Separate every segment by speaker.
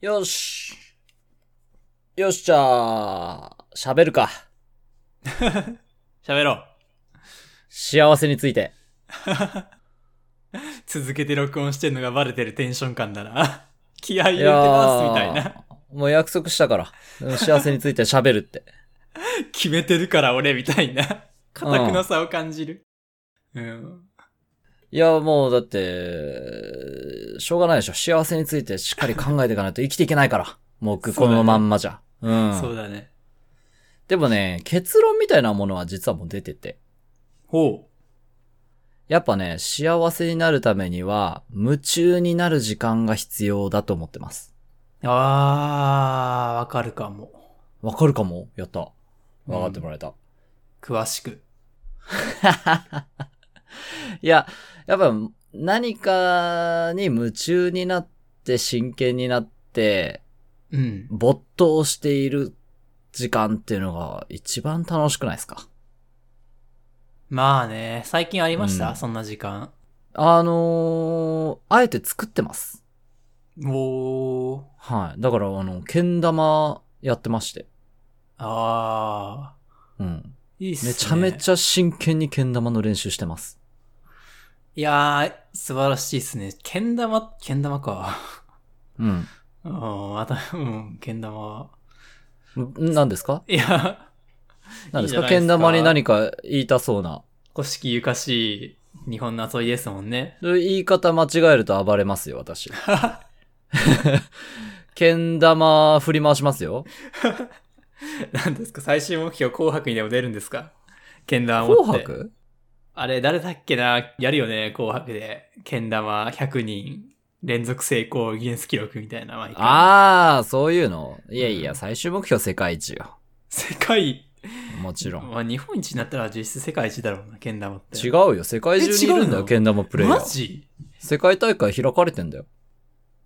Speaker 1: よし。よし、じゃあ、喋るか。
Speaker 2: 喋ろう。
Speaker 1: 幸せについて。
Speaker 2: 続けて録音してんのがバレてるテンション感だな。 気合い入れて
Speaker 1: や
Speaker 2: ます
Speaker 1: ー
Speaker 2: みたいな。
Speaker 1: もう約束したから。うん幸せについて喋るって。
Speaker 2: 決めてるから俺みたいな。 固くなさを感じる。うん。
Speaker 1: いや、もうだって、しょうがないでしょ。幸せについてしっかり考えていかないと生きていけないから。僕、こ
Speaker 2: そうだね
Speaker 1: のまんまじゃ。うん。
Speaker 2: そうだね。
Speaker 1: でもね、結論みたいなものは実はもう出てて。
Speaker 2: ほ
Speaker 1: やっぱね、幸せになるためには、夢中になる時間が必要だと思ってます。
Speaker 2: う。あー、わかるかも。
Speaker 1: わかるかもやった。わかってもらえた。
Speaker 2: 詳しく。
Speaker 1: いや、やっぱ何かに夢中になって真剣になって
Speaker 2: うん。
Speaker 1: 没頭している時間っていうのが一番楽しくないですか
Speaker 2: まあね、最近ありました、
Speaker 1: うん
Speaker 2: そんな時間。
Speaker 1: あのー、あえて作ってます。
Speaker 2: おー。
Speaker 1: はい。だから、あの、けん玉やってまして。
Speaker 2: あ
Speaker 1: うん。
Speaker 2: ー。いいっすね。
Speaker 1: めちゃめち
Speaker 2: ゃ。
Speaker 1: ゃ真剣にけん玉の練習してます。
Speaker 2: いやー、素晴らしいっすね。けん玉、けん玉か。
Speaker 1: うん。
Speaker 2: うん、あた、うん、けん玉。
Speaker 1: ん何ですか
Speaker 2: いや、
Speaker 1: 何ですか
Speaker 2: いいじゃないですか
Speaker 1: けん玉に何か言いたそうな。
Speaker 2: 古式ゆかしい日本の遊びですもんね。
Speaker 1: 言い方間違えると暴れますよ、私。 けん玉振り回しますよ。
Speaker 2: 何ですか最終目標紅白にでも出るんですかけん玉持っ
Speaker 1: 紅。
Speaker 2: て
Speaker 1: 白
Speaker 2: あれ、誰だっけなやるよね紅白で。けん玉100人連続成功ギネス記録みたいな。毎回
Speaker 1: ああ、そういうの。いやいうや、
Speaker 2: ん
Speaker 1: 最終目標世界一よ。
Speaker 2: 世界、
Speaker 1: もちろん。
Speaker 2: まあ、日本一になったら実質世界一だろうな、けん玉って。
Speaker 1: 違う
Speaker 2: う。
Speaker 1: よ。世界中にいるんだ
Speaker 2: え違う
Speaker 1: よ、
Speaker 2: の
Speaker 1: けん玉プレイヤ
Speaker 2: マ
Speaker 1: ー。
Speaker 2: ジ
Speaker 1: 世界大会開かれてんだよ。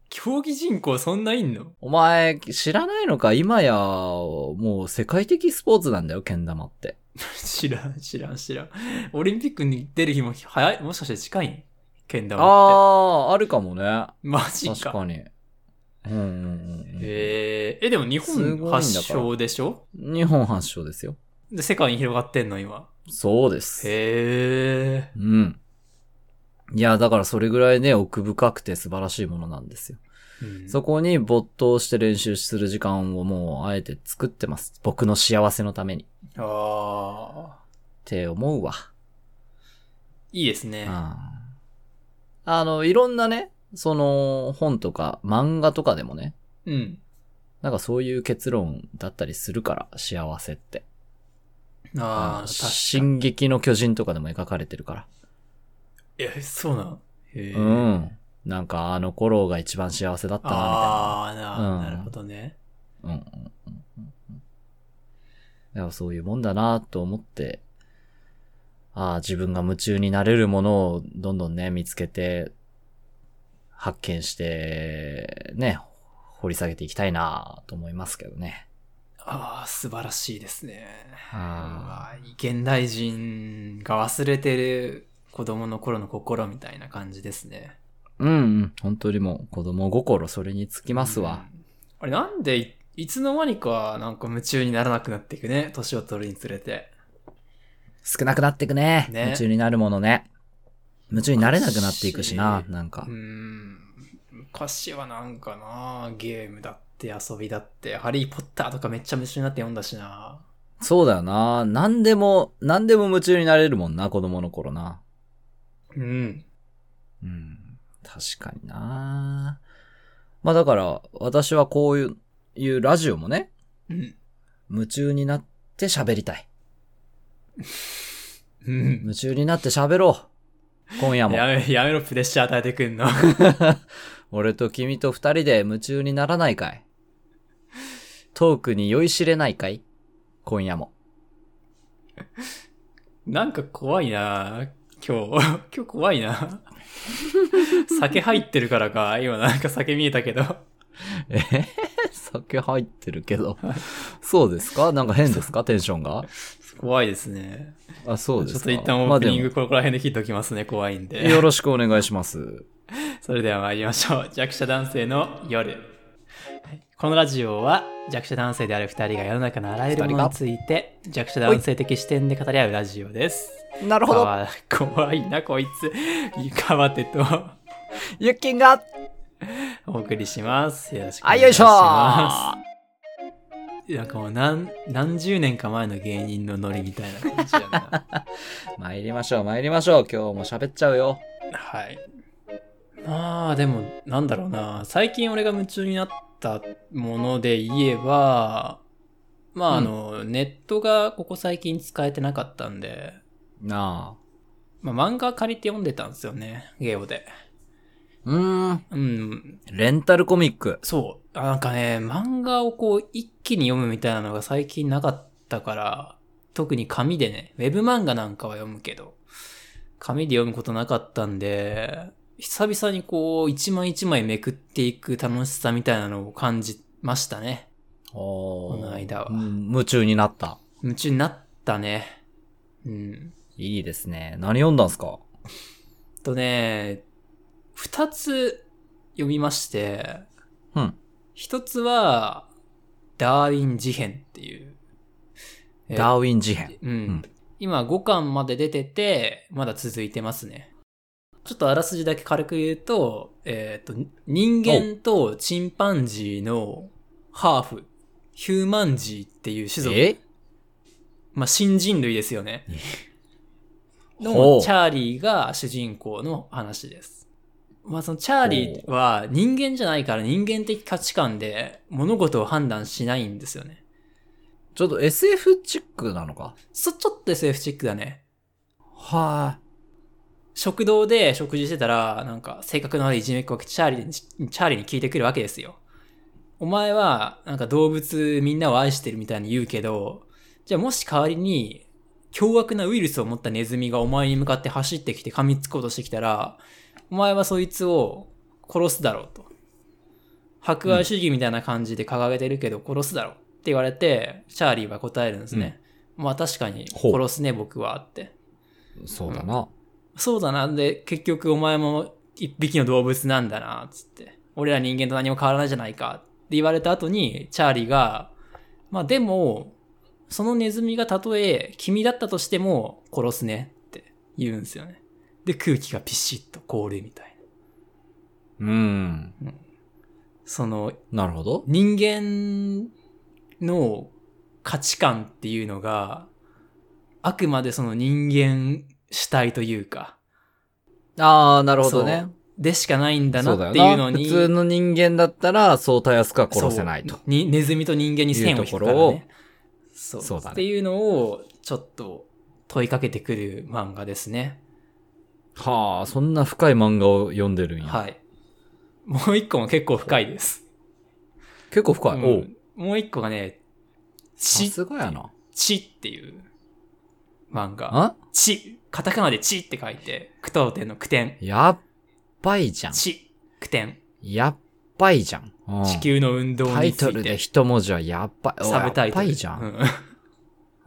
Speaker 2: 競技人口そんないんの
Speaker 1: お前、知らないのか今や、もう世界的スポーツなんだよ、けん玉って。
Speaker 2: 知らん、知らん、知らん。オリンピックに出る日も早いもしかして近いんけん
Speaker 1: あ
Speaker 2: 玉って。
Speaker 1: あー、あるかもね。
Speaker 2: マジ
Speaker 1: 確
Speaker 2: か。
Speaker 1: かに。うんうんうんうん。
Speaker 2: えー、え、でも日
Speaker 1: すごいんだ
Speaker 2: 本
Speaker 1: から
Speaker 2: 発祥でしょ
Speaker 1: 日本発祥ですよ。
Speaker 2: で、世界に広がってんの、今。
Speaker 1: そうです。
Speaker 2: へー。
Speaker 1: うん。いや、だからそれぐらいね、奥深くて素晴らしいものなんですよ。
Speaker 2: うん
Speaker 1: そこに没頭して練習する時間をもうあえて作ってます。僕の幸せのために。っ
Speaker 2: あ
Speaker 1: て思うわ。
Speaker 2: ー。いいですね。
Speaker 1: ああの、いろんなね、その本とか漫画とかでもね、
Speaker 2: うん。
Speaker 1: なんかそういう結論だったりするから、幸せって。
Speaker 2: あ
Speaker 1: の
Speaker 2: ー、確かに。
Speaker 1: 進撃の巨人とかでも描かれてるから。
Speaker 2: え、そうなんへー。
Speaker 1: うん。なんかあの頃が一番幸せだったな、みたいな。
Speaker 2: あーな、
Speaker 1: うん
Speaker 2: なるほどね。
Speaker 1: うんうんうんうんうん。だからそういうもんだなと思って、ああ、自分が夢中になれるものをどんどんね、見つけて、発見して、ね、掘り下げていきたいなと思いますけどね。
Speaker 2: あー、素晴らしいですね。
Speaker 1: あ
Speaker 2: うわ現代人が忘れてる子供の頃の心みたいな感じですね。
Speaker 1: うんうん、本当にもう子供心それにつきますわ。
Speaker 2: うん。あれ、なんでい、いつの間にかなんか夢中にならなくなっていくね。年を取るにつれて。
Speaker 1: 少なくなっていくね。
Speaker 2: ね
Speaker 1: 夢中になるものね。夢中になれなくなっていくしな、
Speaker 2: 昔
Speaker 1: なんか
Speaker 2: うー。ん昔はなんかなゲームだって遊びだって「ハリー・ポッター」とかめっちゃ夢中になって読んだしな
Speaker 1: そうだよな。何でも、何でも夢中になれるもんな、子供の頃な。
Speaker 2: うん
Speaker 1: うん。確かになまあだから、私はこういう、いうラジオもね、
Speaker 2: うん
Speaker 1: 夢中になって喋りたい。
Speaker 2: うん
Speaker 1: 夢中になって喋ろう。今夜も
Speaker 2: や。めやめろプレッシャー与えてくんの
Speaker 1: 俺と君と二人で夢中にならないかい。トークに酔いしれないかい今夜も。
Speaker 2: なんか怖いな今日 今日怖い な酒入ってるからか今なんか酒見えたけど
Speaker 1: えへへ酒入ってるけど。そうですかなんか変ですかテンションが
Speaker 2: 怖いですね
Speaker 1: あ、そうで
Speaker 2: ち
Speaker 1: す
Speaker 2: ょっ
Speaker 1: か
Speaker 2: と一旦オ
Speaker 1: ま
Speaker 2: ー
Speaker 1: あ
Speaker 2: プ
Speaker 1: で
Speaker 2: ニン
Speaker 1: も
Speaker 2: グここら辺で切っておきますね怖いん で
Speaker 1: よろしくお願いします。
Speaker 2: それでは参りましょう。弱者男性の夜。このラジオは弱者男性である二人が世の中のあらゆるものについて弱者男性的視点で語り合うラジオです。
Speaker 1: なる
Speaker 2: か。わ怖いな、こいつ。川手と
Speaker 1: ゆっきんが、
Speaker 2: お送りします。よろしく
Speaker 1: あ
Speaker 2: お願い
Speaker 1: いよい
Speaker 2: し
Speaker 1: しょ
Speaker 2: ます。なんかもう何何十年か前の芸人のノリみたいな感じやな。
Speaker 1: 参りましょう、参りましょう。今日も喋っちゃうよ。
Speaker 2: はい。まあでもなんだろうな最近俺が夢中になったもので言えばまああの、ネットがここ最近使えてなかったんで、
Speaker 1: なあ。
Speaker 2: まあ、漫画借りて読んでたんですよねゲオで。
Speaker 1: うーん。
Speaker 2: うん
Speaker 1: レンタルコミック。
Speaker 2: そうあなんかね漫画をこう一気に読むみたいなのが最近なかったから特に紙でねウェブ漫画なんかは読むけど紙で読むことなかったんで久々にこう一枚一枚めくっていく楽しさみたいなのを感じましたね
Speaker 1: おー
Speaker 2: この間は
Speaker 1: うん夢中になった。
Speaker 2: 夢中になったねうん
Speaker 1: いいですね。何読んだんすか
Speaker 2: とね二つ読みまして
Speaker 1: うん。
Speaker 2: 一つはダーウィン事変っていうえー
Speaker 1: ダーウィン事変。
Speaker 2: うん。
Speaker 1: ん
Speaker 2: 今5巻まで出てて、まだ続いてますね。ちょっとあらすじだけ軽く言うと、えっ、と、人間とチンパンジーのハーフ、ヒューマンジーっていう種族、
Speaker 1: え
Speaker 2: まあ、新人類ですよね。
Speaker 1: ほ
Speaker 2: の
Speaker 1: う
Speaker 2: チャーリーが主人公の話です。まあそのチャーリーは人間じゃないから人間的価値観で物事を判断しないんですよね。
Speaker 1: ちょっと SF チックなのか
Speaker 2: そ、ちょっと SF チックだね。
Speaker 1: は
Speaker 2: 食堂で食事してたら、なんか、性格の悪いいじめっ子がチャーリーに、チャーリーに聞いてくるわけですよ。お前は、なんか動物みんなを愛してるみたいに言うけど、じゃあもし代わりに、凶悪なウイルスを持ったネズミがお前に向かって走ってきて噛みつこうとしてきたら、お前はそいつを殺すだろうと。博愛主義みたいな感じで掲げてるけど殺すだろうって言われて、チャーリーは答えるんですね。まあ確かに
Speaker 1: ほう
Speaker 2: 殺すね僕はって。
Speaker 1: い。そうだな。
Speaker 2: そうだな。で、結局お前も一匹の動物なんだな、つって。俺ら人間と何も変わらないじゃないか。って言われた後に、チャーリーが、まあでも、そのネズミがたとえ君だったとしても殺すねって言うんですよね。で、空気がピシッと凍るみたいな。
Speaker 1: うん。
Speaker 2: その、
Speaker 1: なるほど。
Speaker 2: 人間の価値観っていうのが、あくまでその人間主体というか、
Speaker 1: ああ、なる
Speaker 2: ほ
Speaker 1: ほ
Speaker 2: ど
Speaker 1: ど
Speaker 2: ね
Speaker 1: ね。
Speaker 2: でしかないんだな
Speaker 1: そうだ
Speaker 2: っていう
Speaker 1: よな。
Speaker 2: のに、
Speaker 1: 普通の人間だったら、そうたやすくは殺せないと
Speaker 2: そう。にネズミと人間に線を引くから
Speaker 1: いうところを
Speaker 2: ね。そう
Speaker 1: そうだね
Speaker 2: っていうのをちょっと問いかけてくる漫画ですね。
Speaker 1: はあ、そんな深い漫画を読んでるんや。
Speaker 2: はい。もう一個も結構深いです。
Speaker 1: 結構深い。
Speaker 2: う
Speaker 1: おうん
Speaker 2: もう一個がね、
Speaker 1: さ
Speaker 2: ち
Speaker 1: すがやな。
Speaker 2: ちっていう漫画。
Speaker 1: あ
Speaker 2: ちカタカナでちって書いて、句読点の句点。
Speaker 1: やっばいじゃん。
Speaker 2: ち句点。
Speaker 1: やっばいじゃん。うん
Speaker 2: 地球の運動
Speaker 1: タ
Speaker 2: に
Speaker 1: イ
Speaker 2: つ
Speaker 1: ト
Speaker 2: いて。
Speaker 1: ルで一文字はやっばい。お
Speaker 2: サブタイトル。
Speaker 1: やっばいじゃん。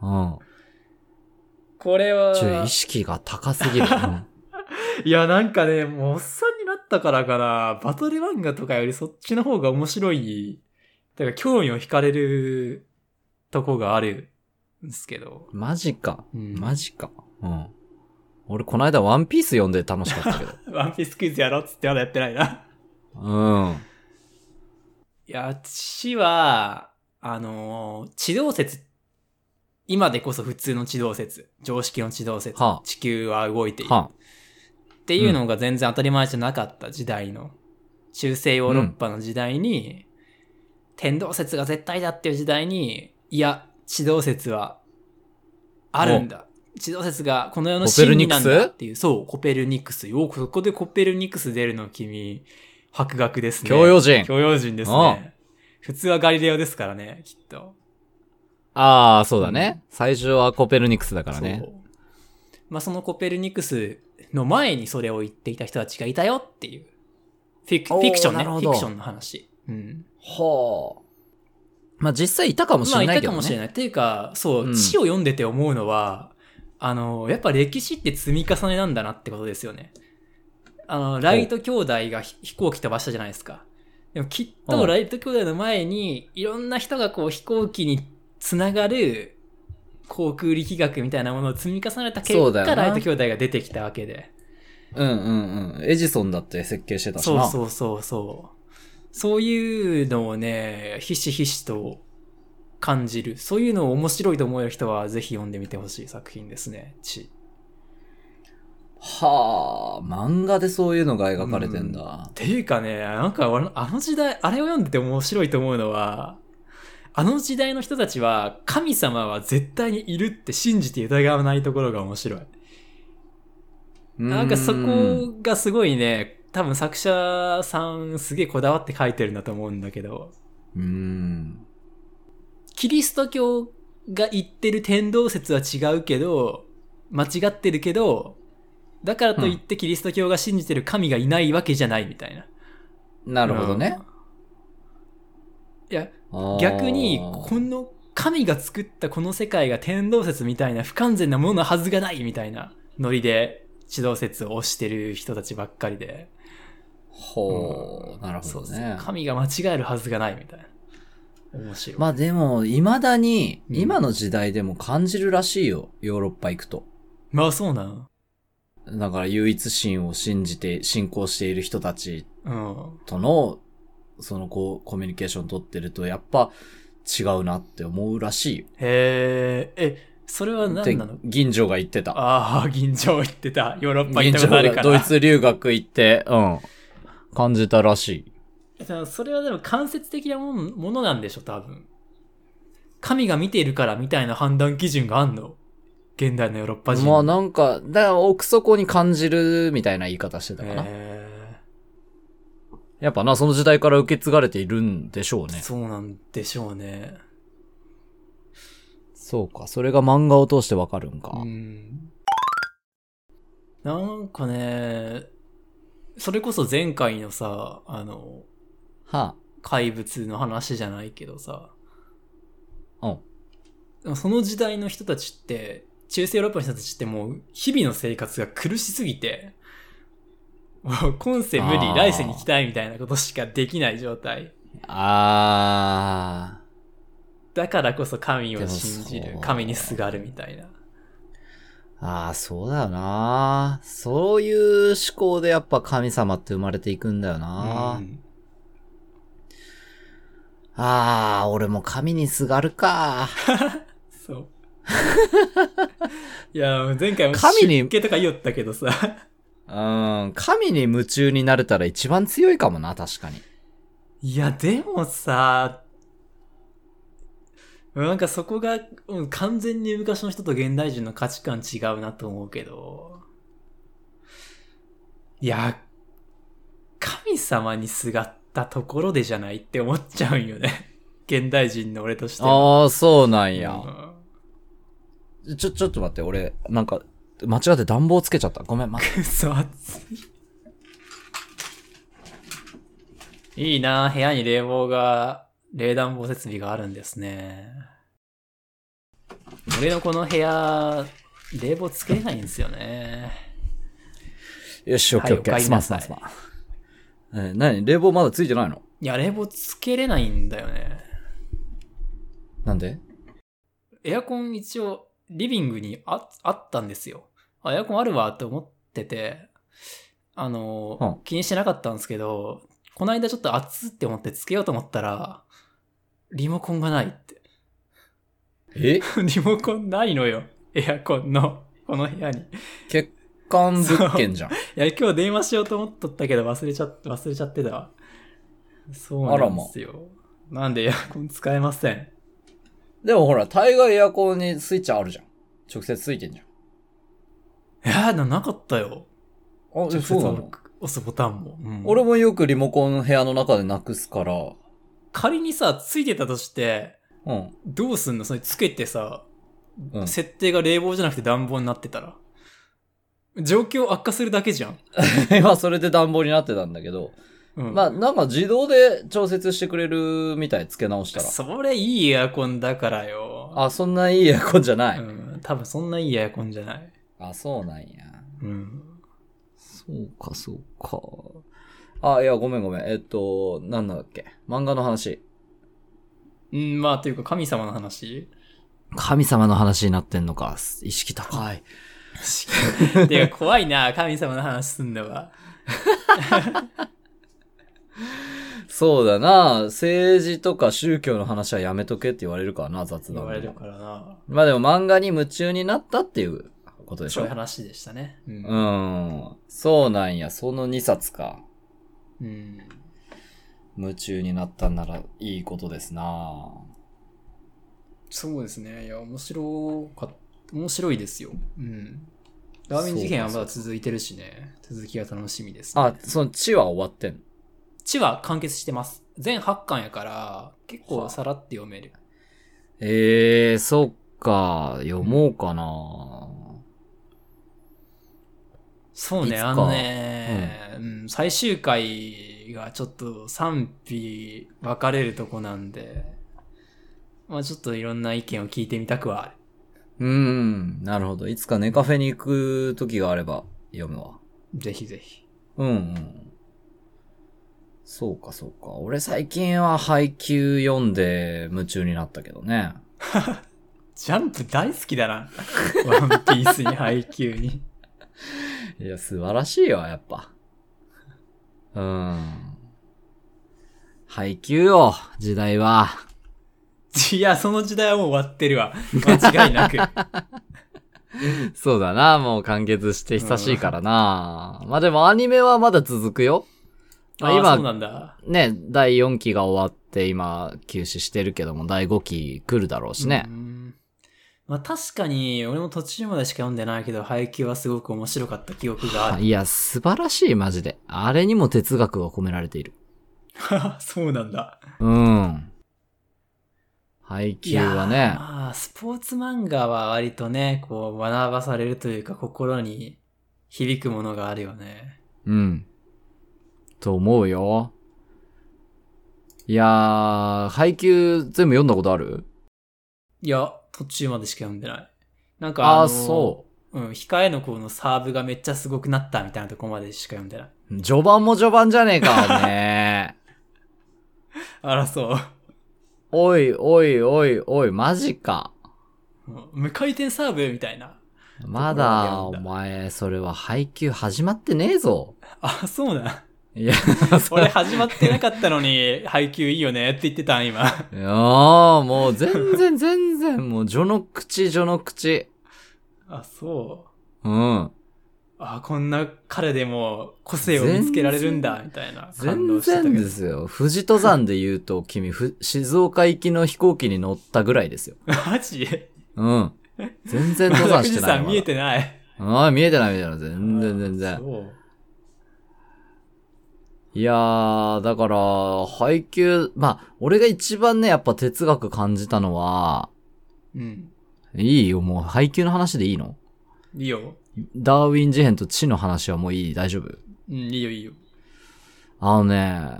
Speaker 2: う。
Speaker 1: うん。
Speaker 2: これは。
Speaker 1: ちょ、意識が高す ぎる。うん
Speaker 2: いや、なんかね、もうおっさんになったからかな、バトル漫画とかよりそっちの方が面白い、だから興味を惹かれるとこがあるんですけど。
Speaker 1: マジか。
Speaker 2: うん
Speaker 1: マジか。うん。俺、この間ワンピース読んで楽しかったけど。
Speaker 2: ワンピースクイズやろうっつってまだやってないな。
Speaker 1: うん。
Speaker 2: いや、死は、あのー地動説。今でこそ普通の地動説。常識の地動説。
Speaker 1: はあ
Speaker 2: 地球は動いている。
Speaker 1: は
Speaker 2: っていうのが全然当たり前じゃなかった時代の、中世ヨーロッパの時代に、天動説が絶対だっていう時代に、いや、地動説はあるんだ。地動説がこの世の真理なん
Speaker 1: コペルニ
Speaker 2: だ
Speaker 1: クス
Speaker 2: っていう、そう、コペルニクス。よくそこでコペルニクス出るの君、博学ですね。
Speaker 1: 教養人。
Speaker 2: 教養人です
Speaker 1: ああ
Speaker 2: ね。普通はガリレオですからね、きっと。
Speaker 1: ああ、そうだね。最初はコペルニクスだからね
Speaker 2: そ。うまあ、そのコペルニクスの前にそれを言っていた人たちがいたよっていう。フィク
Speaker 1: おー
Speaker 2: フィクション
Speaker 1: な
Speaker 2: ね。
Speaker 1: る
Speaker 2: フ
Speaker 1: ほ
Speaker 2: ィ
Speaker 1: ど
Speaker 2: クションの話。うん。
Speaker 1: ほう。まあ、実際いたかもし
Speaker 2: まあ、
Speaker 1: れ
Speaker 2: い
Speaker 1: ない
Speaker 2: た
Speaker 1: け
Speaker 2: か
Speaker 1: ど
Speaker 2: もしれ
Speaker 1: ね。
Speaker 2: ない。っていうか、そうう、
Speaker 1: ん
Speaker 2: 地を読んでて思うのは、あの、やっぱ歴史って積み重ねなんだなってことですよね。あの、ライト兄弟がひ飛行機飛ばしたじゃないですか。でもきっとライト兄弟の前に、いろんな人がこう飛行機につながる航空力学みたいなものを積み重ねた結
Speaker 1: そうだよ
Speaker 2: 果、
Speaker 1: な
Speaker 2: ライト兄弟が出てきたわけで。
Speaker 1: うんうんうん。エジソンだって設計してたし
Speaker 2: そう
Speaker 1: な。う
Speaker 2: そうそうそう。そういうのをね、ひしひしと感じる。そういうのを面白いと思える人は、ぜひ読んでみてほしい作品ですね。ち。
Speaker 1: はあ、漫画でそういうのが描かれてんだ
Speaker 2: っ。ていうかね、なんかあのあの時代、あれを読んでて面白いと思うのは、あの時代の人たちは神様は絶対にいるって信じて疑わないところが面白い。なんかそこ
Speaker 1: うん
Speaker 2: がすごいね、多分作者さんすげえこだわって書いてるんだと思うんだけど、
Speaker 1: うん。
Speaker 2: キリスト教が言ってる天動説は違うけど、間違ってるけど、だからといってキリスト教が信じてる神がいないわけじゃないみたいな。
Speaker 1: なるほどね。
Speaker 2: うん。いや、
Speaker 1: あー
Speaker 2: 逆にこの神が作ったこの世界が天動説みたいな不完全なもののはずがないみたいなノリで地動説を推してる人たちばっかりで、
Speaker 1: ほう、なる
Speaker 2: そ
Speaker 1: ほ
Speaker 2: う
Speaker 1: ど
Speaker 2: そう
Speaker 1: ね。
Speaker 2: 神が間違えるはずがないみたいな面白い、
Speaker 1: まあでも、未だに、
Speaker 2: うん
Speaker 1: 今の時代でも感じるらしいよ。ヨーロッパ行くと。
Speaker 2: まあそうなの
Speaker 1: だから唯一神を信じて、信仰している人たち
Speaker 2: うん
Speaker 1: との、そのこう、コミュニケーション取ってると、やっぱ違うなって思うらしいよ。
Speaker 2: へええそれは
Speaker 1: って
Speaker 2: 何なの
Speaker 1: 銀城が言ってた。
Speaker 2: ああ銀城行ってたヨーロッパ
Speaker 1: 銀
Speaker 2: 行ったこ
Speaker 1: 城
Speaker 2: とある
Speaker 1: が
Speaker 2: から
Speaker 1: ドイツ留学行って、うん。感じたらしい。
Speaker 2: でもそれはでも間接的なもんものなんでしょ、多分。神が見ているからみたいな判断基準があんの現代のヨーロッパ人。
Speaker 1: まあなんか、だから奥底に感じるみたいな言い方してたかな。
Speaker 2: へ
Speaker 1: やっぱな、その時代から受け継がれているんでしょう
Speaker 2: ー
Speaker 1: ね。
Speaker 2: そうなんでしょうね。
Speaker 1: そうか、それが漫画を通してわかるんか。
Speaker 2: うん。なんかね、それこそ前回のさ、あの、
Speaker 1: は
Speaker 2: 怪物の話じゃないけどさ、
Speaker 1: あ、うん。
Speaker 2: その時代の人たちって、中世ヨーロッパの人たちってもう、日々の生活が苦しすぎて、もう今世無
Speaker 1: あ
Speaker 2: 理、
Speaker 1: ー
Speaker 2: 来世に行きたいみたいなことしかできない状態。
Speaker 1: あー。
Speaker 2: だからこそ神を信じ
Speaker 1: でも
Speaker 2: る
Speaker 1: そ、う
Speaker 2: 神にすがるみたいな。
Speaker 1: ああ、そうだよな。そういう思考でやっぱ神様って生まれていくんだよな。
Speaker 2: うん
Speaker 1: ああ、俺も神にすがるか。
Speaker 2: そう。いや、前回も
Speaker 1: 神
Speaker 2: 神
Speaker 1: に
Speaker 2: に出家とか言おったけどさ。
Speaker 1: うん、神に夢中になれたら一番強いかもな、確かに。
Speaker 2: いや、でもさ、なんかそこが、うん完全に昔の人と現代人の価値観違うなと思うけど、いや、神様にすがったところでじゃないって思っちゃうんよね。現代人の俺としては。
Speaker 1: ああ、そうなん
Speaker 2: い
Speaker 1: や。ちょ、ちょっと待って、俺、なんか、間違って暖房つけちゃった。ご めん、待って。
Speaker 2: くそ暑い。いいな部屋に冷房が、冷暖房設備があるんですね。俺のこの部屋、冷房つけれないんですよね。
Speaker 1: よし、オッケーオッケ
Speaker 2: は
Speaker 1: ー。
Speaker 2: いお帰
Speaker 1: す
Speaker 2: り
Speaker 1: まん
Speaker 2: な
Speaker 1: すま
Speaker 2: さ
Speaker 1: ん
Speaker 2: い
Speaker 1: すまん。えー、なに冷房まだついてないの
Speaker 2: いや、冷房つけれないんだよね。
Speaker 1: なんで
Speaker 2: エアコン一応、リビングにああったんですよ。あ、エアコンあるわって思ってて、あの、
Speaker 1: うん
Speaker 2: 気にしてなかったんですけど、この間ちょっと暑って思ってつけようと思ったら、リモコンがないって。
Speaker 1: え
Speaker 2: リモコンないのよ。エアコンの、この部屋に。い
Speaker 1: 欠陥物件じゃん。
Speaker 2: や、今日電話しようと思っとったけど、忘れちゃっ、忘れちゃってたわ。そうなんですよ。なんでエアコン使えません。
Speaker 1: でもほら、大概エアコンにスイッチあるじゃん。直接ついてんじゃん。
Speaker 2: いや、ななかったよ。
Speaker 1: あ、
Speaker 2: 直接
Speaker 1: そうな
Speaker 2: 押
Speaker 1: の
Speaker 2: すボタンも。うん
Speaker 1: 俺もよくリモコン部屋の中でなくすから、
Speaker 2: 仮にさ、ついてたとして、
Speaker 1: うん。
Speaker 2: どうすんのそれつけてさ、
Speaker 1: うん
Speaker 2: 設定が冷房じゃなくて暖房になってたら。状況悪化するだけじゃん。
Speaker 1: 今それで暖房になってたんだけど、
Speaker 2: うん、
Speaker 1: まあなんか自動で調節してくれるみたい、付け直したら。
Speaker 2: それいいエアコンだからよ。
Speaker 1: あ、そんないいエアコンじゃない。
Speaker 2: うん。多分そんないいエアコンじゃない。
Speaker 1: あ、そうなんや。
Speaker 2: うん。
Speaker 1: そうか、そうか。あ、いや、ごめんごめん。えっと、なんだっけ。漫画の話。
Speaker 2: うん、まあ、というか神様の話。
Speaker 1: 神様の話になってんのか。意識高い。
Speaker 2: てか、怖いな、神様の話すんだわ。
Speaker 1: そうだな。政治とか宗教の話はやめとけって言われるからな、雑
Speaker 2: 言
Speaker 1: 談
Speaker 2: われる
Speaker 1: で。
Speaker 2: からな。
Speaker 1: まあでも漫画に夢中になったっていうことでし
Speaker 2: そう
Speaker 1: ょ
Speaker 2: いう。話でしたね。う。
Speaker 1: うんん。そうなんや。その2冊か。
Speaker 2: うん。
Speaker 1: 夢中になったんならいいことですな。
Speaker 2: そうですね。いや、面白かっ面白いですよ。うん。ラーメン事件はまだ続いてるしね。続きが楽しみです、ね。
Speaker 1: あ、その地は終わってんの
Speaker 2: 地は完結してます。全8巻やから、結構さらって読める。
Speaker 1: ええー、そっか。読もうかな。
Speaker 2: そう
Speaker 1: い
Speaker 2: ね、
Speaker 1: つか
Speaker 2: あのね、うん、最終回がちょっと賛否分かれるとこなんで、まあちょっといろんな意見を聞いてみたくはある。
Speaker 1: うん。なるほど。いつかネカフェに行く時があれば読むわ。
Speaker 2: ぜひぜひ。
Speaker 1: うんうん。そうか、そうか。俺最近は配給読んで夢中になったけどね。
Speaker 2: ジャンプ大好きだな。 ワンピースに配給に。
Speaker 1: いや、素晴らしいよ、やっぱ。うん。配給よ、時代は。
Speaker 2: いや、その時代はもう終わってるわ。間違いな く。
Speaker 1: そうだな、もう完結して久しいからな。まあでもアニメはまだ続くよ。まあ
Speaker 2: あ今、そう
Speaker 1: 今、
Speaker 2: なんだ。
Speaker 1: ね、第4期が終わって今休止してるけども、第5期来るだろうしね
Speaker 2: う。んまあ確かに、俺も途中までしか読んでないけど、配給はすごく面白かった記憶がある。
Speaker 1: いや、素晴らしい、マジで。あれにも哲学が込められている。
Speaker 2: そうなんだ。
Speaker 1: うん。配給はい
Speaker 2: やー
Speaker 1: ね。
Speaker 2: まあ、スポーツ漫画は割とね、こう、学ばされるというか、心に響くものがあるよね。
Speaker 1: うん。と思うよ。いやー、配給全部読んだことある
Speaker 2: いや、途中までしか読んでない。なんか、
Speaker 1: あ
Speaker 2: あ
Speaker 1: あー、
Speaker 2: の。
Speaker 1: そう
Speaker 2: うん、控えの子のサーブがめっちゃすごくなったみたいなとこまでしか読んでない。
Speaker 1: う。序盤も序盤じゃねえか、ね
Speaker 2: あら、そう。
Speaker 1: おいおいおいおい、マジか。
Speaker 2: うん無回転サーブみたいな。
Speaker 1: まだ、お前、それは配給始まってねえぞ。
Speaker 2: あ、そうなん。
Speaker 1: いや、 そ
Speaker 2: 俺
Speaker 1: れ、
Speaker 2: 始まってなかったのに、配給いいよねって言ってたん、今。
Speaker 1: いやーもう全然全然、もう序の口序の口。
Speaker 2: あ、そう。
Speaker 1: うん。
Speaker 2: あ、こんな彼でも個性を見つけられるんだ、みたいな感
Speaker 1: 全
Speaker 2: 動してたけ
Speaker 1: 然
Speaker 2: ど
Speaker 1: で。すよ。富士登山で言うと、君、ふ静岡行きの飛行機に乗ったぐらいですよ。
Speaker 2: マジ
Speaker 1: うん。全然
Speaker 2: ま
Speaker 1: 登
Speaker 2: だ
Speaker 1: 山
Speaker 2: 富
Speaker 1: し
Speaker 2: 士
Speaker 1: てない
Speaker 2: 山
Speaker 1: わ。
Speaker 2: 見 えてない。
Speaker 1: ああ、見えてない見えてない。全然全然。
Speaker 2: そう
Speaker 1: いやー、だから、配給、まあ、俺が一番ね、やっぱ哲学感じたのは、
Speaker 2: うん。
Speaker 1: いいよ、もう配給の話でいいの
Speaker 2: いいよ。
Speaker 1: ダーウィン事変と知の話はもういい大丈夫
Speaker 2: うん、いいよいいよ。
Speaker 1: あのね、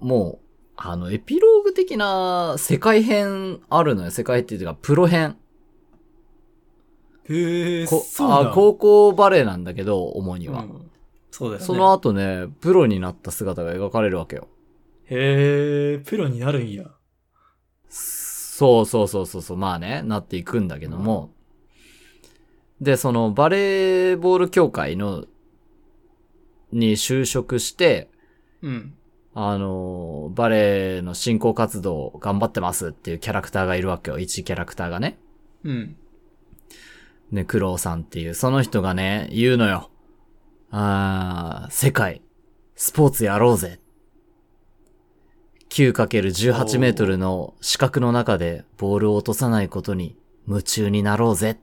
Speaker 1: もう、あの、エピローグ的な世界編あるのよ。世界っていうか、プロ編。
Speaker 2: へえ、
Speaker 1: こ
Speaker 2: そうなん
Speaker 1: あ高校バレーなんだけど、主には。
Speaker 2: うんそうだよね。
Speaker 1: その後ね、プロになった姿が描かれるわけよ。
Speaker 2: へえ、プロになるんや。
Speaker 1: そうそうそうそうそう、まあね、なっていくんだけども。で、そのバレーボール協会の、に就職して、
Speaker 2: うん。
Speaker 1: あの、バレーの進行活動を頑張ってますっていうキャラクターがいるわけよ。一キャラクターがね。
Speaker 2: うん。
Speaker 1: ね、クロウさんっていう、その人がね、言うのよ。あー、世界、スポーツやろうぜ。9×18 メートルの四角の中でボールを落とさないことに夢中になろうぜっ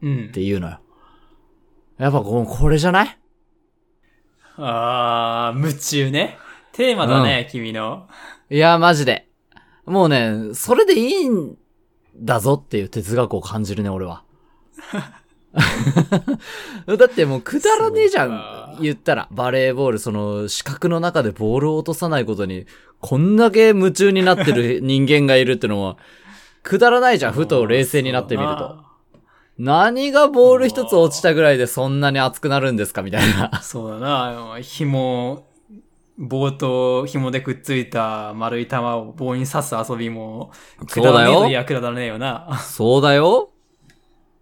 Speaker 2: うん
Speaker 1: て。いうのよ。やっぱここれじゃない
Speaker 2: あー、夢中ね。テーマだね、君の。
Speaker 1: いや、マジで。もうね、それでいいんだぞっていう哲学を感じるね、俺は。 だってもうくだらねえじゃ
Speaker 2: そうか
Speaker 1: ん。言ったら、バレーボール、その、四角の中でボールを落とさないことに、こんだけ夢中にな ってる人間がいるってのは、くだらないじゃん、ふと冷静になってみると。
Speaker 2: あー。
Speaker 1: 何がボール一つ落ちたぐらいでそんなに熱くなるんですかみたいな。
Speaker 2: そうだなあの、紐、棒と紐でくっついた丸い玉を棒に刺す遊びも、く
Speaker 1: そう
Speaker 2: だ
Speaker 1: だ
Speaker 2: らねえとい
Speaker 1: よ。
Speaker 2: やくだらねえよな。
Speaker 1: そうだよ。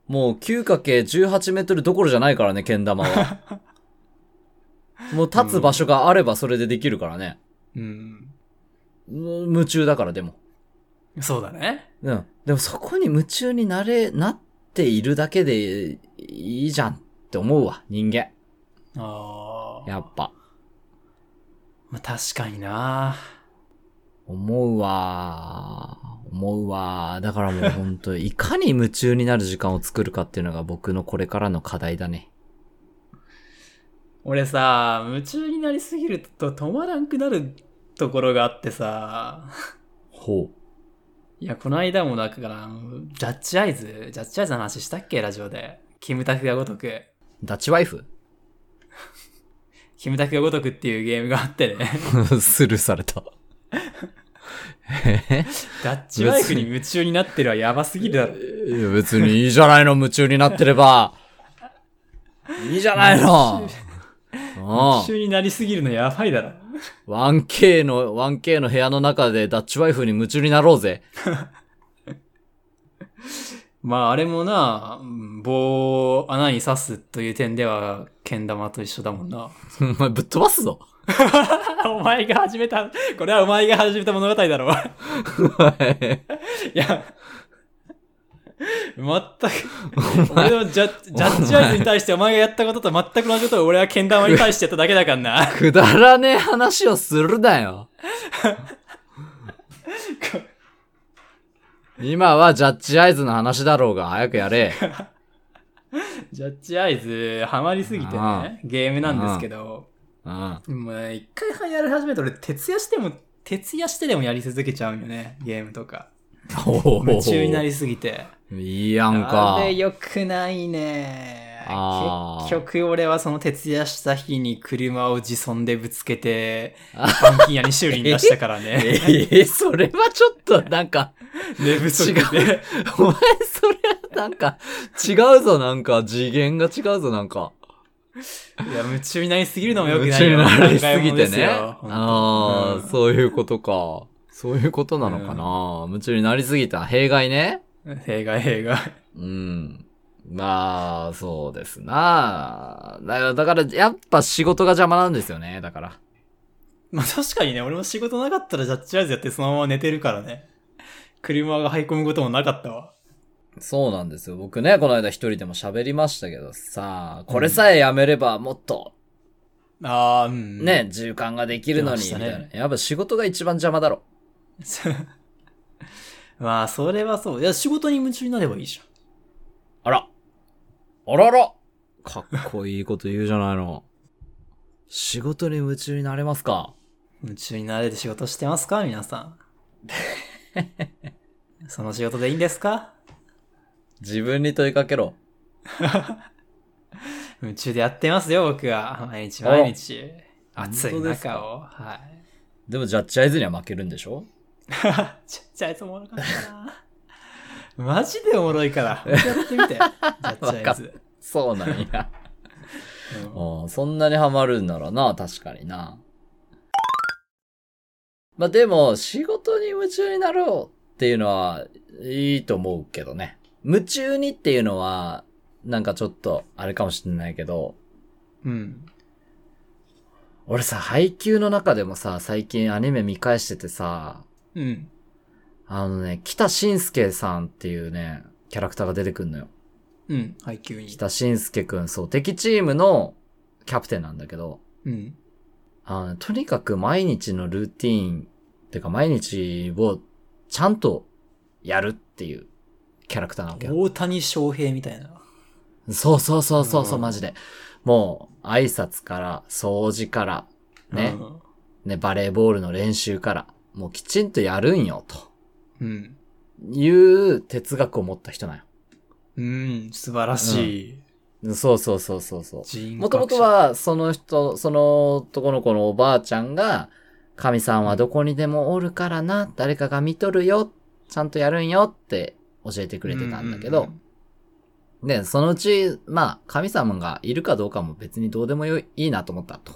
Speaker 1: もう 9×18 メートルどころじゃないからね、剣玉は。もう立つ場所があればそれでできるからね。
Speaker 2: うん。
Speaker 1: うん夢中だからでも。
Speaker 2: そうだね。
Speaker 1: うん。でもそこに夢中になれ、なっているだけでいいじゃんって思うわ、人間。
Speaker 2: ああ。
Speaker 1: やっぱ。
Speaker 2: まあ、確かにな
Speaker 1: 思うわー思うわーだからもう本当に、いかに夢中になる時間を作るかっていうのが僕のこれからの課題だね。
Speaker 2: 俺さ、夢中になりすぎると止まらんくなるところがあってさ、
Speaker 1: ほ
Speaker 2: いや、この間もだから、あのジャッジアイズ、ジャッジアイズの話したっけラジオで。キムタクがごとく。
Speaker 1: う。ダッチワイフ
Speaker 2: キムタクがごとくっていうゲームがあってね。
Speaker 1: スルーされた。え
Speaker 2: ダッチワイフに夢中になってるはやばすぎるだろ。
Speaker 1: いや別にいいじゃないの、夢中になってれば。いいじゃないの。
Speaker 2: 夢
Speaker 1: う
Speaker 2: 中になりすぎるのやばいだろ。
Speaker 1: ん。1K の、1K の部屋の中でダッチワイフに夢中になろうぜ。
Speaker 2: まああれもな、うん棒を穴に刺すという点では、剣玉と一緒だもんな。
Speaker 1: お前ぶっ飛ばすぞ。
Speaker 2: お前が始めた、これはお前が始めた物語だろ。 いや、全く、俺のジャッジジャッジアイズに対してお前がやったことと全く同じことを俺は剣玉に対してやっただけだから な。
Speaker 1: くだらねえ話をするなよ。今はジャッジアイズの話だろうが早くやれ。
Speaker 2: ジャッジアイズ、ハマりすぎて
Speaker 1: ああ
Speaker 2: ね、ゲームなんですけど、
Speaker 1: うん。
Speaker 2: もう一回やり始めたら俺徹夜しても、徹夜してでもやり続けちゃうんよね、ゲームとか。夢中になりすぎて。
Speaker 1: いいやんか
Speaker 2: あ。れ良くないね
Speaker 1: あー
Speaker 2: 結局俺はその徹夜した日に車を自損でぶつけて板金屋に修理に出したからね
Speaker 1: ええそれはちょっとなんか、
Speaker 2: 寝不足
Speaker 1: 違
Speaker 2: で
Speaker 1: お前それはなんか違うぞなんか、次元が違うぞなんか。
Speaker 2: いや夢中になりすぎるのも良く
Speaker 1: 夢
Speaker 2: ない
Speaker 1: 中に
Speaker 2: よ
Speaker 1: なりすぎ
Speaker 2: 考えもん
Speaker 1: て
Speaker 2: です
Speaker 1: ね。
Speaker 2: よ
Speaker 1: ああ、
Speaker 2: 本
Speaker 1: そういうことか。そういうことなのかな。夢中になりすぎた。弊害ね。
Speaker 2: 当うん弊害弊害
Speaker 1: うん。まあ、そうですな。だから、だからやっぱ仕事が邪魔なんですよね。だから。
Speaker 2: まあ確かにね俺も仕事なかったらジャッジアイズやってそのまま寝てるからね車が這い込むこともなかったわ
Speaker 1: そうなんですよ。僕ね、この間一人でも喋りましたけどさ、これさえやめればもっと
Speaker 2: ああうん
Speaker 1: ね、時間ができるのに、
Speaker 2: 言
Speaker 1: み
Speaker 2: ったて
Speaker 1: い
Speaker 2: ましたね
Speaker 1: な。やっぱ仕事が一番邪魔だろ。
Speaker 2: まあそれはそういや仕事に夢中になればいいじゃん
Speaker 1: あら。あらら。かっこいいこと言うじゃないの。仕事に夢中になれますか
Speaker 2: 夢中になれて仕事してますか 皆さん。その仕事でいいんですか
Speaker 1: 自分に問いかけろ。
Speaker 2: 夢中でやってますよ、僕は。毎日毎日。
Speaker 1: あ
Speaker 2: 暑い
Speaker 1: 本当です
Speaker 2: 中
Speaker 1: か
Speaker 2: を。はい。
Speaker 1: でもジャッジアイズには負けるんでしょ
Speaker 2: ちっちゃいつおもろかった な。マジでおもろいから。やってみて。やっちゃいます。
Speaker 1: そうなん や。
Speaker 2: うん
Speaker 1: うんそんなにハマるんならな、確かにな。まあでも、仕事に夢中になろうっていうのは、いいと思うけどね。夢中にっていうのは、なんかちょっと、あれかもしれないけど、
Speaker 2: うん。
Speaker 1: 俺さ、配給の中でもさ、最近アニメ見返しててさ、
Speaker 2: うん。
Speaker 1: あのね、北信介さんっていうね、キャラクターが出てくんのよ。
Speaker 2: うん。配給に。
Speaker 1: 北信介くん、そう、敵チームのキャプテンなんだけど、
Speaker 2: うん。
Speaker 1: あの、とにかく毎日のルーティーン、てか毎日をちゃんとやるっていうキャラクターなわけよ。
Speaker 2: 大谷翔平みたいな。
Speaker 1: そうそうそうそうそう、
Speaker 2: うん
Speaker 1: マジで。もう、挨拶から、掃除から、ね、ね、バレーボールの練習から、もうきちんとやるんよ、と
Speaker 2: うん。
Speaker 1: いう哲学を持った人なん
Speaker 2: うん。うん。素晴らしい。
Speaker 1: よ。そうそうそうそうそう。
Speaker 2: 人
Speaker 1: もとも
Speaker 2: 格者
Speaker 1: と、は、その人、その男の子のおばあちゃんが、神さんはどこにでもおるからな、誰かが見とるよ、ちゃんとやるんよって教えてくれてたんだけど、
Speaker 2: うう
Speaker 1: で、そのうち、まあ、神様がいるかどうかも別にどうでもよいいいなと思ったと。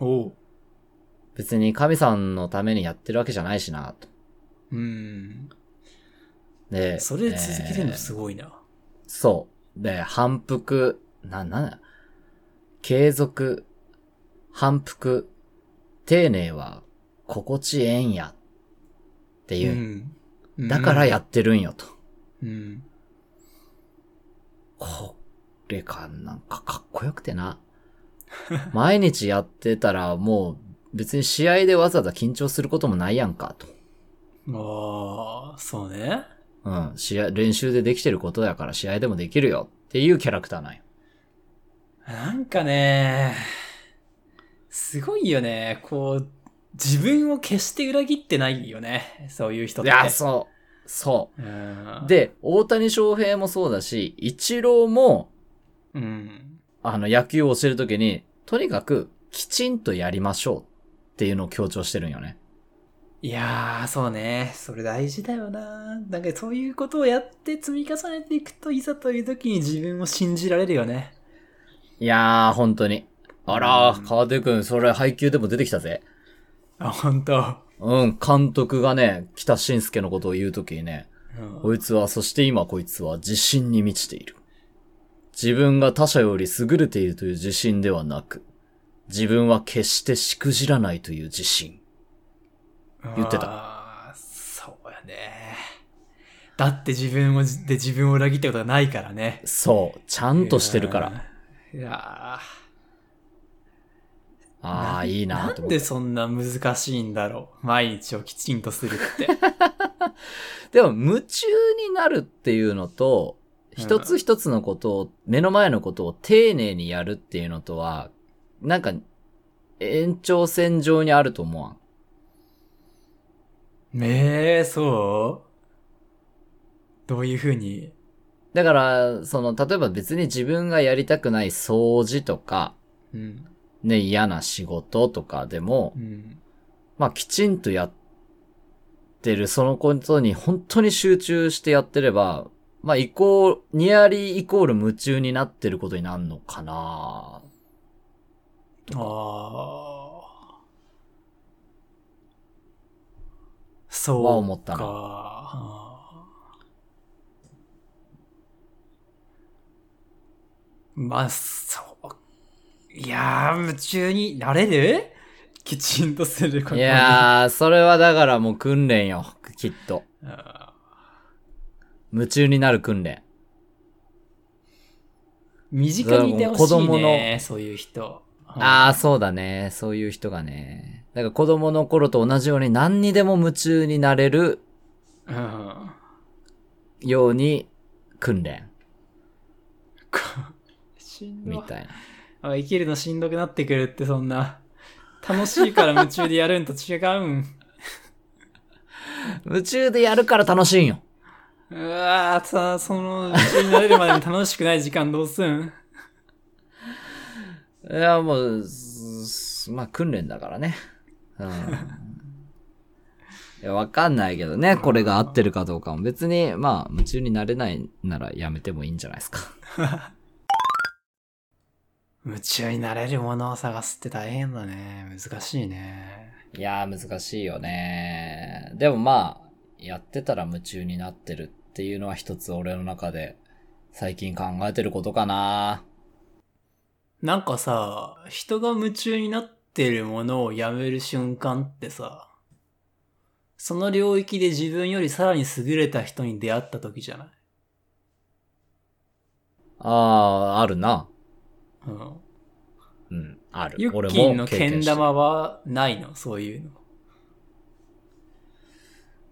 Speaker 2: おう。
Speaker 1: 別に神さんのためにやってるわけじゃないしな、と。
Speaker 2: うん。
Speaker 1: で、
Speaker 2: それで続けてるの
Speaker 1: えー
Speaker 2: すごいな。
Speaker 1: そう。で、反復、な、なんだ継続、反復、丁寧は心地ええんや。っていう。
Speaker 2: うん
Speaker 1: だからやってるんよと。
Speaker 2: うん。
Speaker 1: これか、なんかかっこよくて な。毎日やってたらもう別に試合でわざわざ緊張することもないやんかと。
Speaker 2: ああ、そうね。
Speaker 1: うん。試合、練習でできてることやから試合でもできるよっていうキャラクターなんよ。
Speaker 2: なんかね、すごいよね。こう、自分を決して裏切ってないよね。そういう人
Speaker 1: い
Speaker 2: って。
Speaker 1: や、そう。そう。
Speaker 2: うん。、
Speaker 1: で、大谷翔平もそうだし、イチローも、
Speaker 2: うん。
Speaker 1: あの、野球を教えるときに、とにかく、きちんとやりましょうっていうのを強調してるんよね。
Speaker 2: いやー、そうね。それ大事だよな。なんかそういうことをやって積み重ねていくと、いざという時に自分を信じられるよね。
Speaker 1: いやー、本当に。あら
Speaker 2: うん
Speaker 1: ー、川手くん、それ配給でも出てきたぜ。
Speaker 2: あ、本当。
Speaker 1: うん、監督がね、北信介のことを言うときにね、
Speaker 2: うん
Speaker 1: こいつは、そして今こいつは自信に満ちている。自分が他者より優れているという自信ではなく、自分は決してしくじらないという自信。言ってた
Speaker 2: た。そうやね。だって自分をじで自分を裏切ったことがないからね。
Speaker 1: そう、ちゃんとしてるから。
Speaker 2: いやー。いやー
Speaker 1: ああ、いいな
Speaker 2: な
Speaker 1: と思
Speaker 2: ん
Speaker 1: って
Speaker 2: で。そんな難しいんだろう。毎日をきちんとするって。
Speaker 1: でも、夢中になるっていうのと、
Speaker 2: うん
Speaker 1: 一つ一つのことを、目の前のことを丁寧にやるっていうのとは、なんか、延長線上にあると思わん。
Speaker 2: ねえ、そうどういうふうに。
Speaker 1: だから、その、例えば別に自分がやりたくない掃除とか、
Speaker 2: うん。
Speaker 1: ね、嫌な仕事とかでも
Speaker 2: う、ん。
Speaker 1: まあ、きちんとやってる、そのことに本当に集中してやってれば、まあ、イコール、ニアリーイコール夢中になってることになるのかな
Speaker 2: ああ。
Speaker 1: と
Speaker 2: そう
Speaker 1: は
Speaker 2: か。
Speaker 1: 思ったな。
Speaker 2: あーまあ、そう。いやー、夢中になれるきちんとすること
Speaker 1: い
Speaker 2: に。
Speaker 1: やー、それはだからもう訓練よ、きっと。
Speaker 2: あー
Speaker 1: 夢中になる訓練。
Speaker 2: 身近にいてほしい、
Speaker 1: 子
Speaker 2: ね。
Speaker 1: 供の
Speaker 2: そういう人。
Speaker 1: あー、そうだね。そういう人がね。だから子供の頃と同じように何にでも夢中になれる
Speaker 2: うん。うん。
Speaker 1: ように訓練、
Speaker 2: こしんど
Speaker 1: み
Speaker 2: い
Speaker 1: たいな。
Speaker 2: あ生きるのしんどくなってくるってそんな楽しいから夢中でやるんと違うん
Speaker 1: 夢中でやるから楽しいんよ。
Speaker 2: うわーさその夢中になれるまでに楽しくない時間どうすん
Speaker 1: いや、もう、すまあ、訓練だからね。うん。 いや、わかんないけどね、これが合ってるかどうかも。別に、まあ、夢中になれないならやめてもいいんじゃないですか。
Speaker 2: 夢中になれるものを探すって大変だね難しいね
Speaker 1: いやー、難しいよね。でもまあ、やってたら夢中になってるっていうのは一つ俺の中で最近考えてることかな。
Speaker 2: なんかさ人が夢中になってるものをやめる瞬間ってさその領域で自分よりさらに優れた人に出会った時じゃない
Speaker 1: あー、あるな。
Speaker 2: うん
Speaker 1: うん、ある。
Speaker 2: ユッ
Speaker 1: 俺
Speaker 2: キン
Speaker 1: も
Speaker 2: の
Speaker 1: 経
Speaker 2: けん
Speaker 1: 験してる。
Speaker 2: 玉はないのそういうの。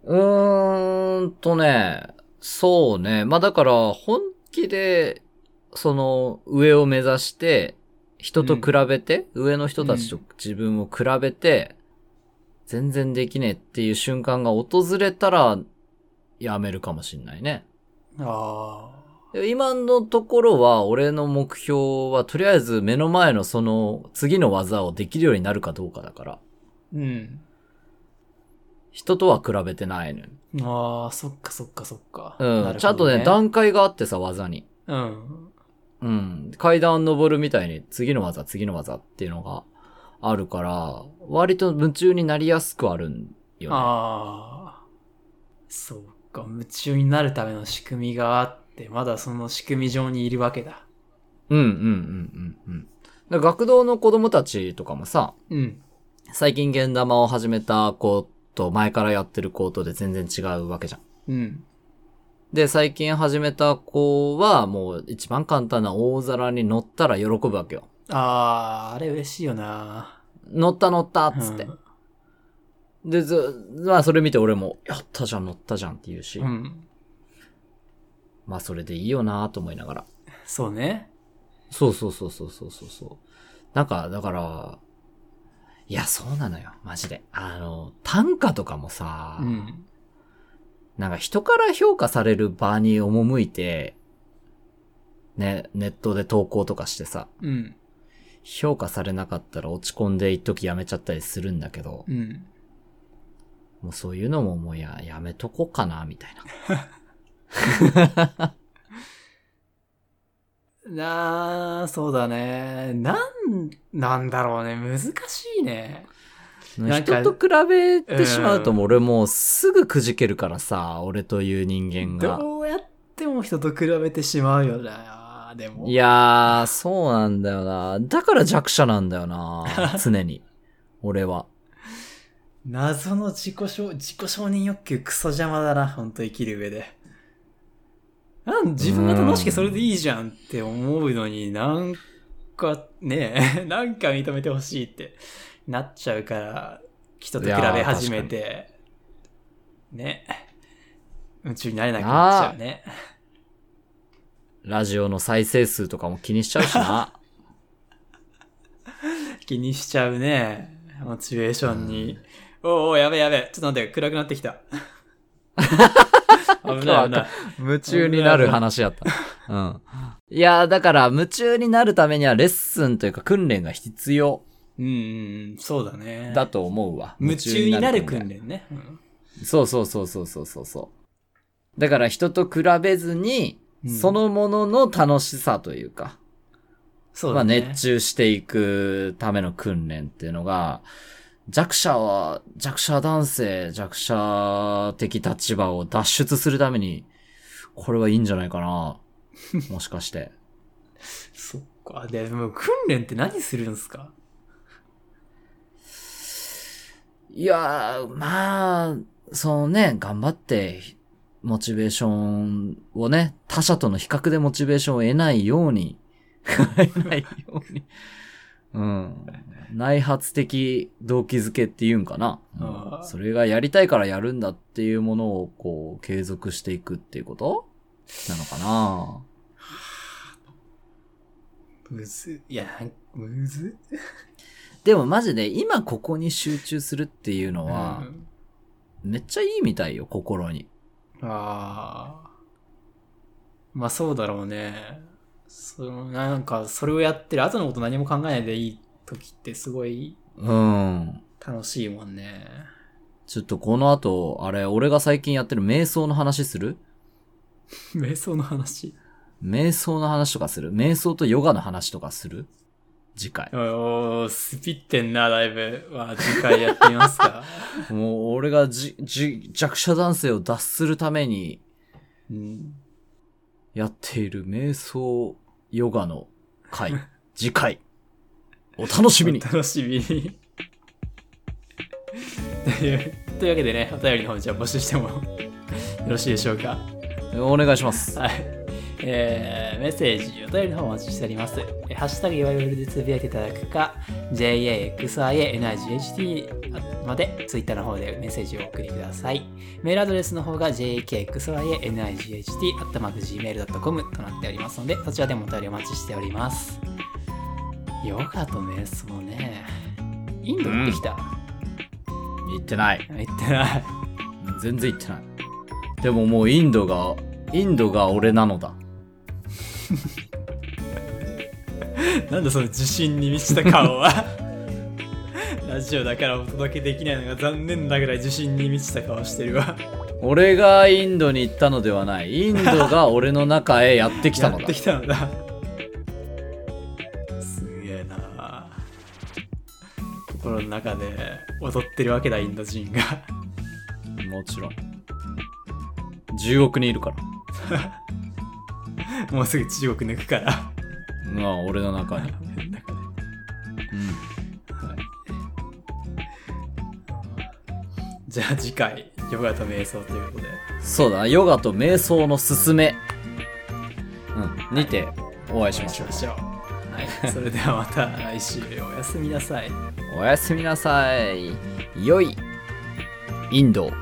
Speaker 1: うーんとね、そうね。まあだから、本気で、その、上を目指して、人と比べて、上の人たち
Speaker 2: う
Speaker 1: と
Speaker 2: ん
Speaker 1: 自分を比べて、全然できねえっていう瞬間が訪れたら、やめるかもしんないね。
Speaker 2: あ
Speaker 1: 今のところは、俺の目標は、とりあえず目の前のその、次の技をできるようになるかどうかだから、
Speaker 2: あ。うん。
Speaker 1: 人とは比べてないのよ。
Speaker 2: ああ、そっかそっかそっか。
Speaker 1: うん。ちゃんとね、
Speaker 2: だ
Speaker 1: 段階があってさ、技に。
Speaker 2: うん。
Speaker 1: うん。階段登るみたいに次の技、次の技っていうのがあるから、割と夢中になりやすくあるんよね。
Speaker 2: ああ。そうか、夢中になるための仕組みがあって、まだその仕組み上にいるわけだ。
Speaker 1: うんうんうんうんうん。だから学童の子供たちとかもさ、
Speaker 2: うん。
Speaker 1: 最近現玉を始めた子と前からやってる子とで全然違うわけじゃん。
Speaker 2: うん。
Speaker 1: で、最近始めた子はもう一番簡単な大皿に乗ったら喜ぶわけよ。
Speaker 2: ああ、あれ嬉しいよな。
Speaker 1: 乗った乗ったっつって
Speaker 2: う。ん
Speaker 1: で、ず、まあそれ見て俺も、やったじゃん乗ったじゃんって言うし、
Speaker 2: うん。
Speaker 1: まあそれでいいよなと思いながら。
Speaker 2: そうね。
Speaker 1: そうそうそうそうそうそうそう。なんか、だから、いや、そうなのよ。マジで。あの、短歌とかもさ、
Speaker 2: うん。
Speaker 1: なんか人から評価される場に赴いて、ね、ネットで投稿とかしてさ、
Speaker 2: うん。
Speaker 1: 評価されなかったら落ち込んで一時やめちゃったりするんだけど、
Speaker 2: うん。
Speaker 1: もうそういうのももうや、やめとこうかな、みたいな。
Speaker 2: なあ、そうだね。なん、なんだろうね。難しいね。なんか
Speaker 1: 人と比べてしまうともう俺もうすぐくじけるからさ、俺という人間が。
Speaker 2: どうやっても人と比べてしまうよな。でも。
Speaker 1: いやー、そうなんだよな。だから弱者なんだよ な。常に。俺は。
Speaker 2: 謎の自己承自己承認欲求クソ邪魔だな本当生きる上でなん自分が楽しくてそれでいいじゃんって思うのになんかね なんか認めてほしいってなっちゃうから人と比べ始めてね夢中になれなくなっちゃうね
Speaker 1: ラジオの再生数とかも気にしちゃうし な。
Speaker 2: 気にしちゃうねモチベーションに、おうおうやべやべちょっと待って暗くなってきた危ない危ない
Speaker 1: 夢中になる話やった。うん。いやー、だから夢中になるためにはレッスンというか訓練が必要
Speaker 2: うんうんうん、そうだね。
Speaker 1: だと思うわ。
Speaker 2: 夢中になる訓
Speaker 1: 練。
Speaker 2: 練ね。うん
Speaker 1: そうそうそうそうそうそうそう。だから人と比べずに
Speaker 2: う、ん
Speaker 1: そのものの楽しさというか、
Speaker 2: そう
Speaker 1: まあ
Speaker 2: だね。
Speaker 1: 熱中していくための訓練っていうのが、弱者は、弱者男性、弱者的立場を脱出するために、これはいいんじゃないかな。もしかして。
Speaker 2: そっか。でもう訓練って何するんですか
Speaker 1: いやー、まあ、そのね、頑張って、モチベーションをね、他者との比較でモチベーションを得ないように、得ないように。うん。内発的動機づけっていうんかな、うん
Speaker 2: あー
Speaker 1: それがやりたいからやるんだっていうものを、こう、継続していくっていうことなのかな
Speaker 2: むず、いや、むず。
Speaker 1: でもマジで今ここに集中するっていうの
Speaker 2: あ
Speaker 1: は、めっちゃいいみたいよ、心に。
Speaker 2: あー。まあそうだろうね。そのなんか、それをやってる後のこと何も考えないでいい時ってすごい
Speaker 1: うん。
Speaker 2: 楽しいもんね。
Speaker 1: ちょっとこの後、あれ、俺が最近やってる瞑想の話する
Speaker 2: 瞑想の話。
Speaker 1: 瞑想の話とかする瞑想とヨガの話とかする次回
Speaker 2: お。いおいスピってんな、だいぶ。は次回やってみますか。
Speaker 1: もう、俺がじ、じ、弱者男性を脱するために
Speaker 2: うん
Speaker 1: やっている瞑想ヨガの回。次回。お楽し みに
Speaker 2: お楽しみに。というというわけでね、お便りの方じゃあ募集してもよろしいでしょうか。
Speaker 1: お願いします。
Speaker 2: はい。えーメッセージ、お便りの方お待ちしております。えーハッシュタグいわゆるでつぶやいていただくか、JAXIANIGHT まで、ツイッターの方でメッセージをお送りください。メールアドレスの方が JAKXIANIGHT.gmail.com となっておりますので、そちらでもお便りお待ちしております。ヨガと瞑想ね。インド行ってきた。
Speaker 1: 言ってない。
Speaker 2: 行ってない。
Speaker 1: 全然言ってない。でももうインドが、インドが俺なのだ。
Speaker 2: なんだその自信に満ちた顔は ラジオだからお届けできないのが残念なぐらい自信に満ちた顔してるわ
Speaker 1: 俺がインドに行ったのではない。インドが俺の中へやってきたのだ
Speaker 2: や って。きたのだ。すげえな。心の中で踊ってるわけだ、インド人が。
Speaker 1: もちろん。10億人いるから。
Speaker 2: もうすぐ中国抜くから。
Speaker 1: まあ、俺の中に。うん。
Speaker 2: じゃあ次回、ヨガと瞑想ということで。
Speaker 1: そうだな、ヨガと瞑想のすすめ。うん、にてお会いしま
Speaker 2: お会
Speaker 1: し
Speaker 2: いし
Speaker 1: ょ
Speaker 2: ましょう。はい。それではまた来週、おやすみなさい。
Speaker 1: う。おやすみなさい。良いインドを。